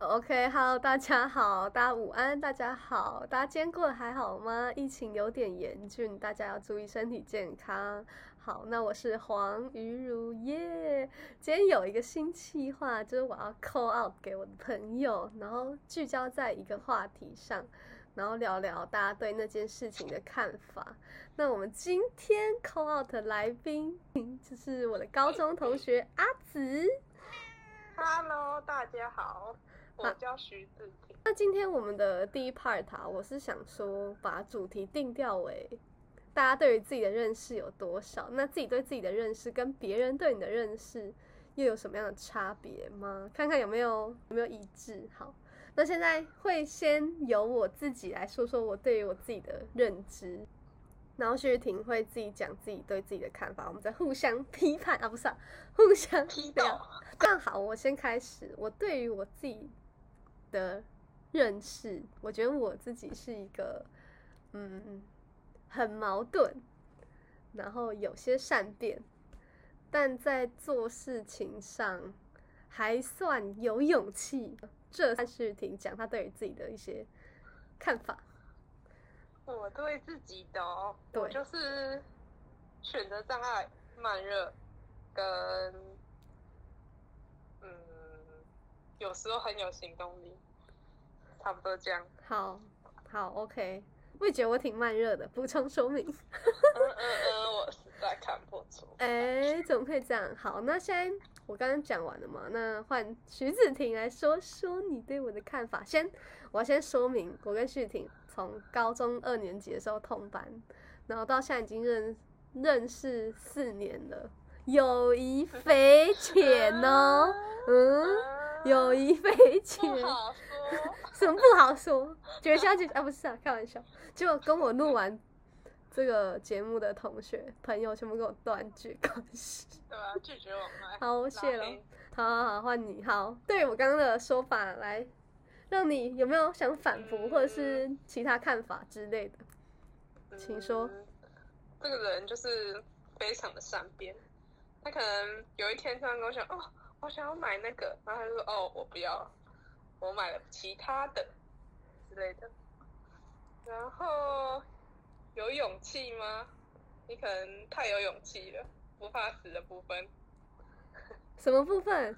OK，Hello，、大家好，大家午安，大家好，大家今天过得还好吗？疫情有点严峻，大家要注意身体健康。好，那我是黄于如耶。今天有一个新计划，就是我要 call out 给我的朋友，然后聚焦在一个话题上，然后聊聊大家对那件事情的看法。那我们今天 call out 的来宾就是我的高中同学阿紫。 Hello，大家啊好，我叫徐志婷。那今天我们的第一 part 啊，我是想说把主题定调为大家对于自己的认识有多少，那自己对自己的认识跟别人对你的认识又有什么样的差别吗？看看有没有有没有一致。好，那现在会先由我自己来说说我对于我自己的认知，然后徐玉婷会自己讲自己对自己的看法，我们再互相批判啊，不是、啊、互相批斗聊。那好，我先开始。我对于我自己的认识，我觉得我自己是一个，嗯，很矛盾，然后有些善变，但在做事情上还算有勇气。这算是挺讲他对于自己的一些看法。我对自己的哦，对我就是选择障碍、慢热，跟嗯，有时候很有行动力，差不多 这样。好，好，OK。我也觉得我挺慢热的，补充说明。嗯嗯嗯，我实在看不出。哎，怎么会这样？好，那现在我刚刚讲完了嘛，那换徐子婷来说说你对我的看法。先，我要先说明，我跟徐子婷从高中二年级的时候同班，然后到现在已经认认识四年了，友谊匪浅 哦，嗯，嗯友谊匪浅。不好说。什么不好说？觉得相信啊，不是啊，开玩笑。结果跟我录完这个节目的同学朋友全部跟我断绝关系。对啊，拒绝往来。好，谢了。好好好，换你。好，对我刚刚的说法来，让你有没有想反驳嗯或者是其他看法之类的？请说嗯这个人就是非常的善变，他可能有一天突然跟我讲：“哦，我想要买那个。”然后他就说：“哦，我不要，我买了其他的之类的。”然后有勇气吗？你可能太有勇气了，不怕死的部分，什么部分？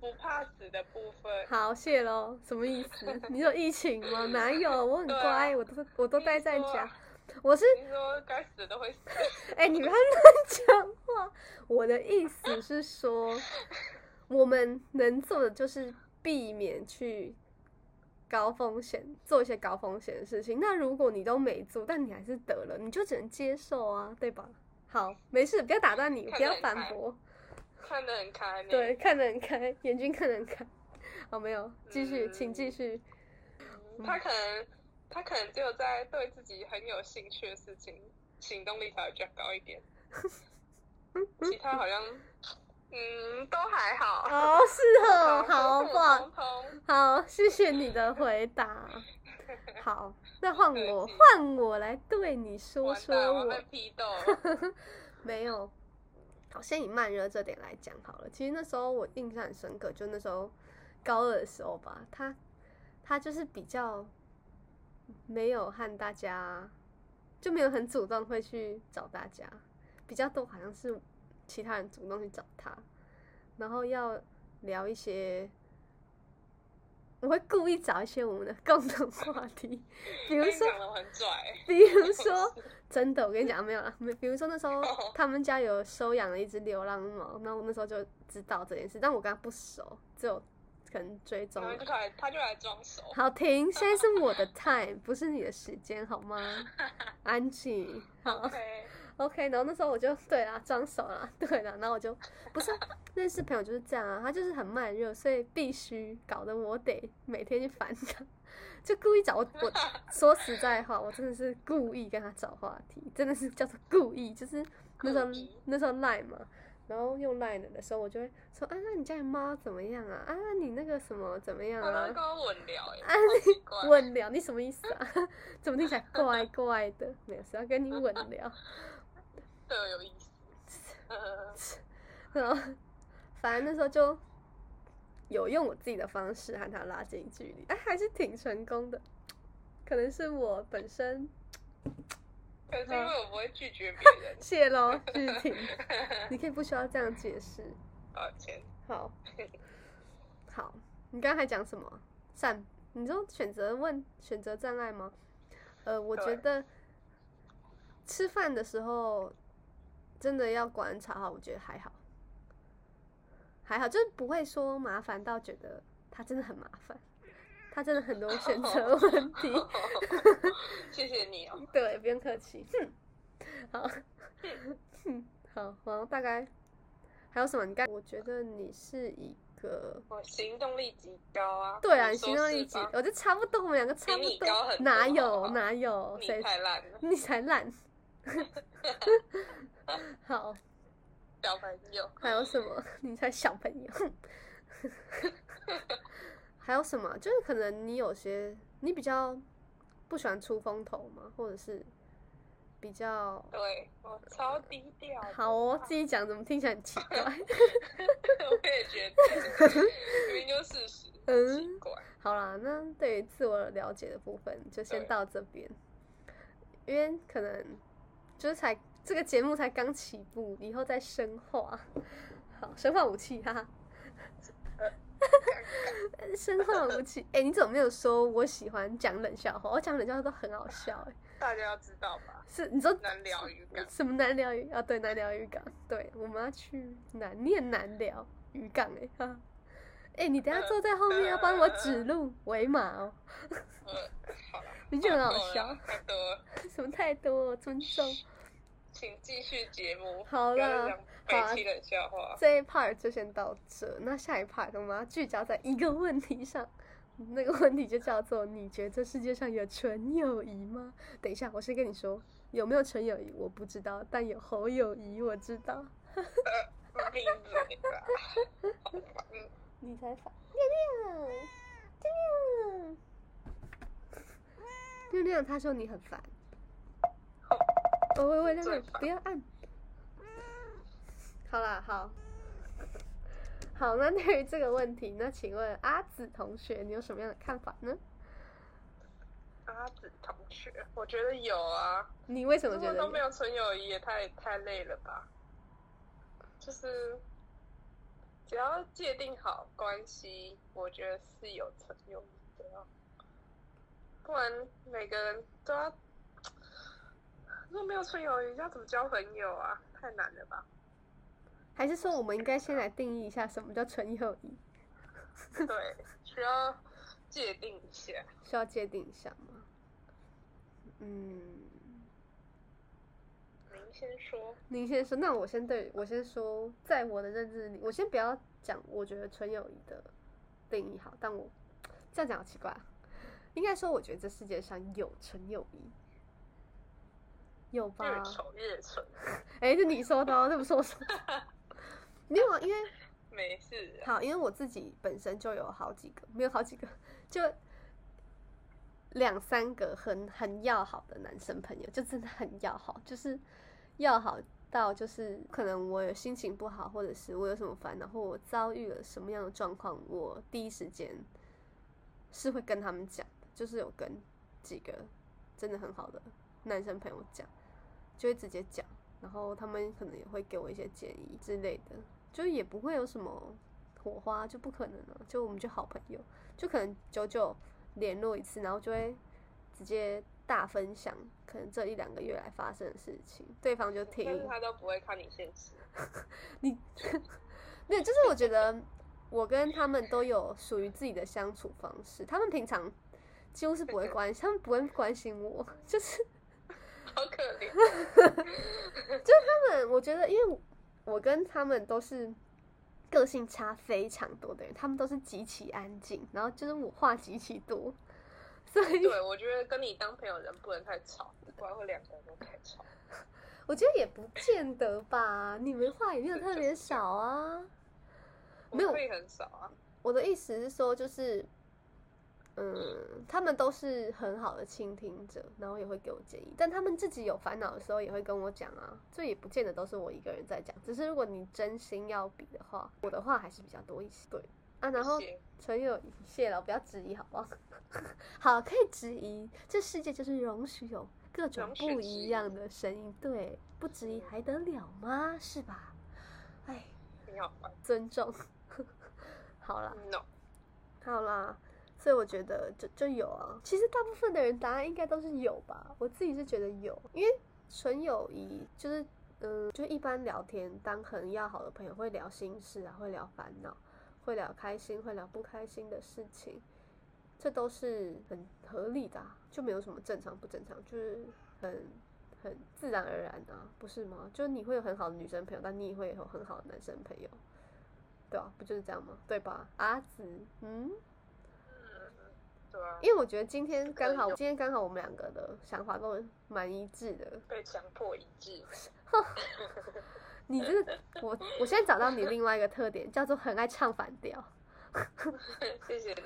不怕死的部分。好，谢喽。什么意思？你有疫情吗？哪有？我很乖，我都我都待在你说家啊。我是听说该死的都会死， 哎、你不要乱讲话。我的意思是 说，我们能做的就是避免去高风险做一些高风险的事情。那如果你都没做，但你还是得了，你就只能接受啊，对吧？好，没事，不要打断你，看不要得很反开驳。看得很开呢。 对，看得很开，眼睛看得很开。好，没有，继续，请嗯继 续。嗯他可能他可能只有在对自己很有兴趣的事情，行动力才会比较高一 点，其他好像嗯都还好。啊哦，是哦，好，不好普普通通 好，谢谢你的回答。好，那换不客 我，气换我来对你说完说蛋，我我被批斗了。 没有。好，先以慢热这点来讲好了。其实那时候我印象很深刻，就那时候高二的时候吧，他他就是比较没有和大家就没有很主动会去找大家，比较多好像是其他人主动去找他，然后要聊一些。我会故意找一些我们的共同话题，比如被说，讲的很拽， 比如说，真的，我跟你嗯讲，没有啦，没。比如说那时候哦他们家有收养了一只流浪猫，那我那时候就知道这件事，但我跟他不熟，只有可能追踪然。后就哦来他就来装熟。好，停，现在是我的 time，不是你的时间，好 吗？安静，好 OK， ，OK。然后那时候我就对啦，装熟啦，对啦，然后我就不是啊认识朋友就是这样啊，他就是很慢热，所以必须搞得我得每天去烦他，就故意找我我说实在话，我真的是故意跟他找话题，真的是叫做故意，就是那时候故意那时候赖嘛，然后用赖的时候，我就会说啊，那你家里猫怎么样啊？啊，那你那个什么怎么样他都啊跟？我稳 聊哎，啊好奇怪。稳聊，你什么意思啊？ 怎么听起来怪怪的？没有，是要 跟你稳聊。对我有 意思。呃然后反正那时候就有用我自己的方式和他拉近距离，哎，还是挺成功的。可能是我本身，可是因为我不会拒绝别人 谢喽，剧情，你可以不需要这样解释。抱 歉。 好，好，你刚才讲什么？善，你说选择问选择障碍吗？呃，我觉对得吃饭的时候真的要观察好，我觉得还好，还好，就是不会说麻烦到觉得他真的很麻烦，他真的很多选择问题。谢谢你哦。对，不用客气。好，哼好，然后大概还有什么？你该我觉得你是一个，我哦行动力极高啊。对啊，你你说行动力是极，吧我觉得差不多，我们两个差不比你高多，很哪多好不有好哪有，你谁太烂 了，你才懒。 好，小朋友。 还有什 么？你才小朋友。 还有什么？就是可能你有些你比较不喜欢出风头嘛，或者是比较对我超低调的。啊好哦，自己讲怎么听起来很奇怪？ 我也觉得，明明就事实， 嗯奇怪。好啦，那对于自我了解的部分就先对到这边，因为可能就是才这个节目才刚起步，以后再深化。 好，生化武器，哈哈。生化武器，哎、你怎么没有说我喜欢讲冷笑话？我讲冷笑话都很好笑、哎，大家要知道吧，是你说难聊语感。什么南寮渔啊？对，南寮渔港，对，我们要去南念南寮渔港哎、欸、哈，哎、你等一下坐在后面要帮我指路，为马哦，呃，好了，你觉得很好够了笑？太多了，什么太多尊重，请继续节目。好啊不啦要再讲北七冷笑话。这一 part 就先到这，那下一 part 我们要聚焦在一个问题上。那个问题就叫做：你觉得这世界上有纯友谊吗？等一下，我先跟你说，有没有纯友谊我不知道，但有侯友谊我知道。闭嘴吧！ 好烦你才烦。亮亮，亮亮，亮亮，他说你很烦。喂喂喂，亮亮最，烦不要按。好啦，好。好，那对于这个问题，那请问阿紫同学，你有什么样的看法呢？阿紫同学，我觉得有啊，你为什么如觉果得都没你？有纯友谊，也太太累了吧？就是只要界定好关系，我觉得是有纯友谊的啊、不然每个人都要，如果没有纯友谊，要怎么交朋友啊？太难了 吧？还是说我们应该先来定义一下什么叫纯友谊？对，需要界定一下。需要界定一下吗？嗯，您先说，您先说，那我先对我先说，在我的认知里，我先不要讲我觉得纯友谊的定义好，但我这样讲好奇怪啊、应该说我觉得这世界上有纯友谊，有 吧？越丑越蠢，哎、是你说的哦，这不是我说的。 没有啊，因为没事、啊。好，因为我自己本身就有好几个，没有好几个，就两三个很很要好的男生朋友，就真的很要好，就是要好到就是可能我有心情不好，或者是我有什么烦恼，或我遭遇了什么样的状况，我第一时间是会跟他们讲的，就是有跟几个真的很好的男生朋友讲，就会直接讲，然后他们可能也会给我一些建议之类的，就也不会有什么火花，就不可能了、就我们就好朋友，就可能久久联络一次，然后就会直接大分享，可能这一两个月来发生的事情，对方就听。但是他都不会看你现实，你没有，就是我觉得我跟他们都有属于自己的相处方式，他们平常几乎是不会关，他们不会关心我， 就是好可怜。他们，我觉得因为我跟他们都是。个性差非常多的人，他们都是极其安静，然后就是我话极其多，所以对，我觉得跟你当朋友的人不能太吵，不然会两个人都太吵。我觉得也不见得吧。你们话也没有特别少啊。没有我会很少啊。我的意思是说，就是，嗯，他们都是很好的倾听者，然后也会给我建议，但他们自己有烦恼的时候也会跟我讲啊，这也不见得都是我一个人在讲，只是如果你真心要比的话，我的话还是比较多一些。对，啊，然后谢纯友谊，谢了，不要质疑好不 好？好，可以质疑，这世界就是容许有各种容许不质一疑样的声音，对，不质疑还得了吗？是吧？哎，你好烦尊重， 好啦， ，no，好啦，所以我觉得就就有啊。其实大部分的人答案应该都是有吧，我自己是觉得有，因为纯友谊就是。嗯，就一般聊天，当很要好的朋友会聊心事啊，会聊烦恼，会聊开心，会聊不开心的事情，这都是很合理的、啊，就没有什么正常不正常，就是很很自然而然啊，不是吗？就是你会有很好的女生朋友，但你也会有很好的男生朋友，对啊，不就是这样吗？对吧？阿紫，嗯，嗯，对啊，因为我觉得今天刚好，有今天刚好我们两个的想法都蛮一致的。被强迫一致， 你这个，我我现在找到你另外一个特点，叫做很爱唱反调。谢谢你，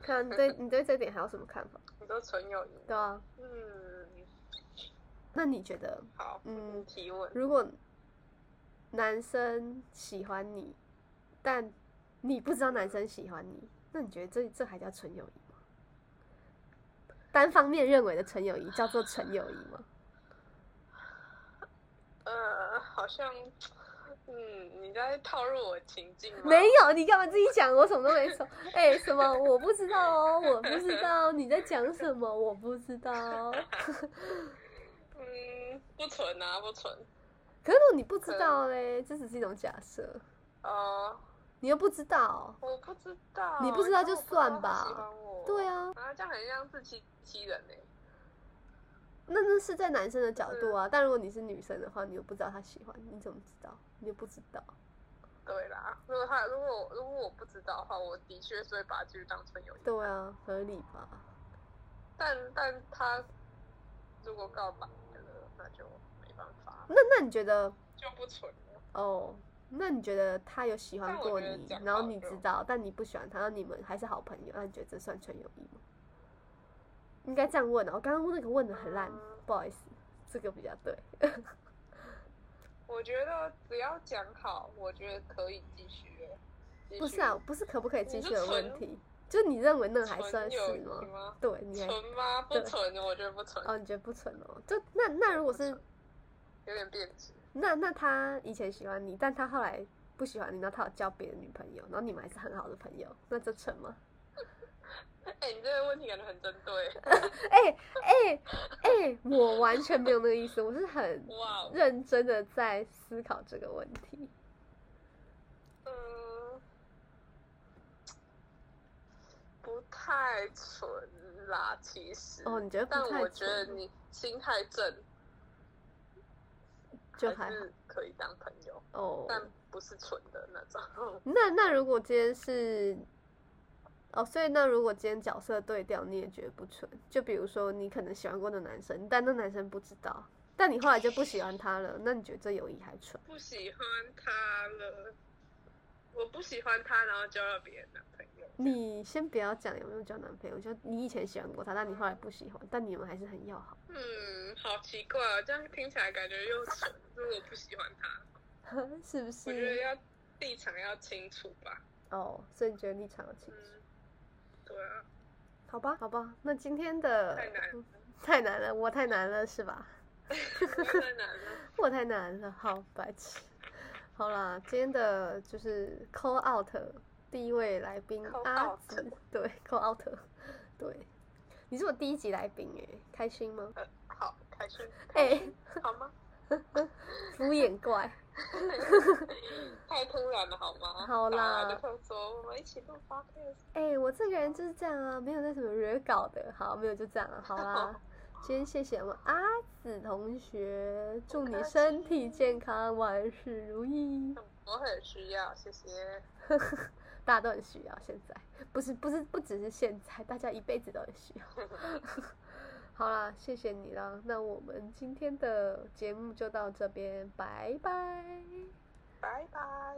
看你对你对这点还有什么看法？你都纯友谊，对啊，嗯，那你觉得好，嗯嗯，提问，如果男生喜欢你，但你不知道男生喜欢你，那你觉得这这还叫纯友谊吗？单方面认为的纯友谊叫做纯友谊吗？呃，好像，嗯，你在套入我情境吗？没有，你干嘛自己讲？我什么都没说。 哎、什么？我不知道哦，我不知道你在讲什么，我不知道。嗯，不纯啊，不纯，可是如果你不知道嘞，这只是一种假设，呃，你又不知道。我不知道，你不知道就算吧因为我不知道他喜欢我，对啊，啊，这样很像自欺欺人呢、欸那那是在男生的角度啊，但如果你是女生的话，你又不知道他喜欢你，你怎么知道？你又不知道。对啦，如果他如果如果我不知道的话，我的确是会把它继续当纯友谊。对啊，合理吧？但但他如果告白了，那就没办法，那那你觉得就不纯了。哦？那你觉得他有喜欢但我过觉得你讲，然后好你就知道，但你不喜欢他，那你们还是好朋友，那你觉得这算纯友谊吗？应该这样问啊！我刚刚那个问的很烂嗯，不好意思，这个比较对。我觉得只要讲好，我觉得可以继续欸。继续不是啊，，不是可不可以继你续是的问纯题，就你认为那还算纯友是谊吗？吗？对，你还纯吗？不对纯，我觉得不纯，哦，你觉得不纯哦？就那那如果是有点变质。那那他以前喜欢你，但他后来不喜欢你，然后他有交别的女朋友，然后你们还是很好的朋友，那这纯 吗？哎、你这个问题感觉很针对。 哎哎哎，我完全没有那个意思，我是很哇哦，认真的在思考这个问题。嗯，不太纯啦，其实。哦，你觉得但不太我觉得纯你心态正，就还还好是可以当朋友，哦。但不是纯的那种。 那那如果今天是，哦，所以那如果今天角色对调，你也觉得不纯。就比如说你可能喜欢过的男生，但那男生不知道，但你后来就不喜欢他了，那你觉得这友谊还纯？不喜欢他了，我不喜欢他，然后交了别人男朋友。你先不要讲有没有交男朋友，就你以前喜欢过他，但你后来不喜欢，但你们还是很要好。 嗯，好奇怪、哦，这样听起来感觉又蠢。如果不喜欢他，是不我觉得是？要立场要清楚吧。哦，所以你觉得立场有情绪？嗯，对啊，好吧，好吧，那今天的太难 了，太难了，我太难了是吧？太难了。我太难了，好白痴。好啦，今天的就是 call out 第一位来宾 Call 阿 out 紫，对 call out，对，你是我第一集来宾哎，开心吗？ 好，开心，哎、好吗？敷衍怪，太突然了，好吗？好啦打来就会说我们一起录 podcast。哎、我这个人就是这样啊，没有那什么惹搞的，好，没有就这样啊，好 啦。今天谢谢我们阿紫同学，祝你客身体气健康，万事如意。我很需要，谢谢。大家都很需要。现在不是不是不只是现在，大家一辈子都很需要。 好啦，谢谢你啦，那我们今天的节目就到这边，拜拜。拜拜。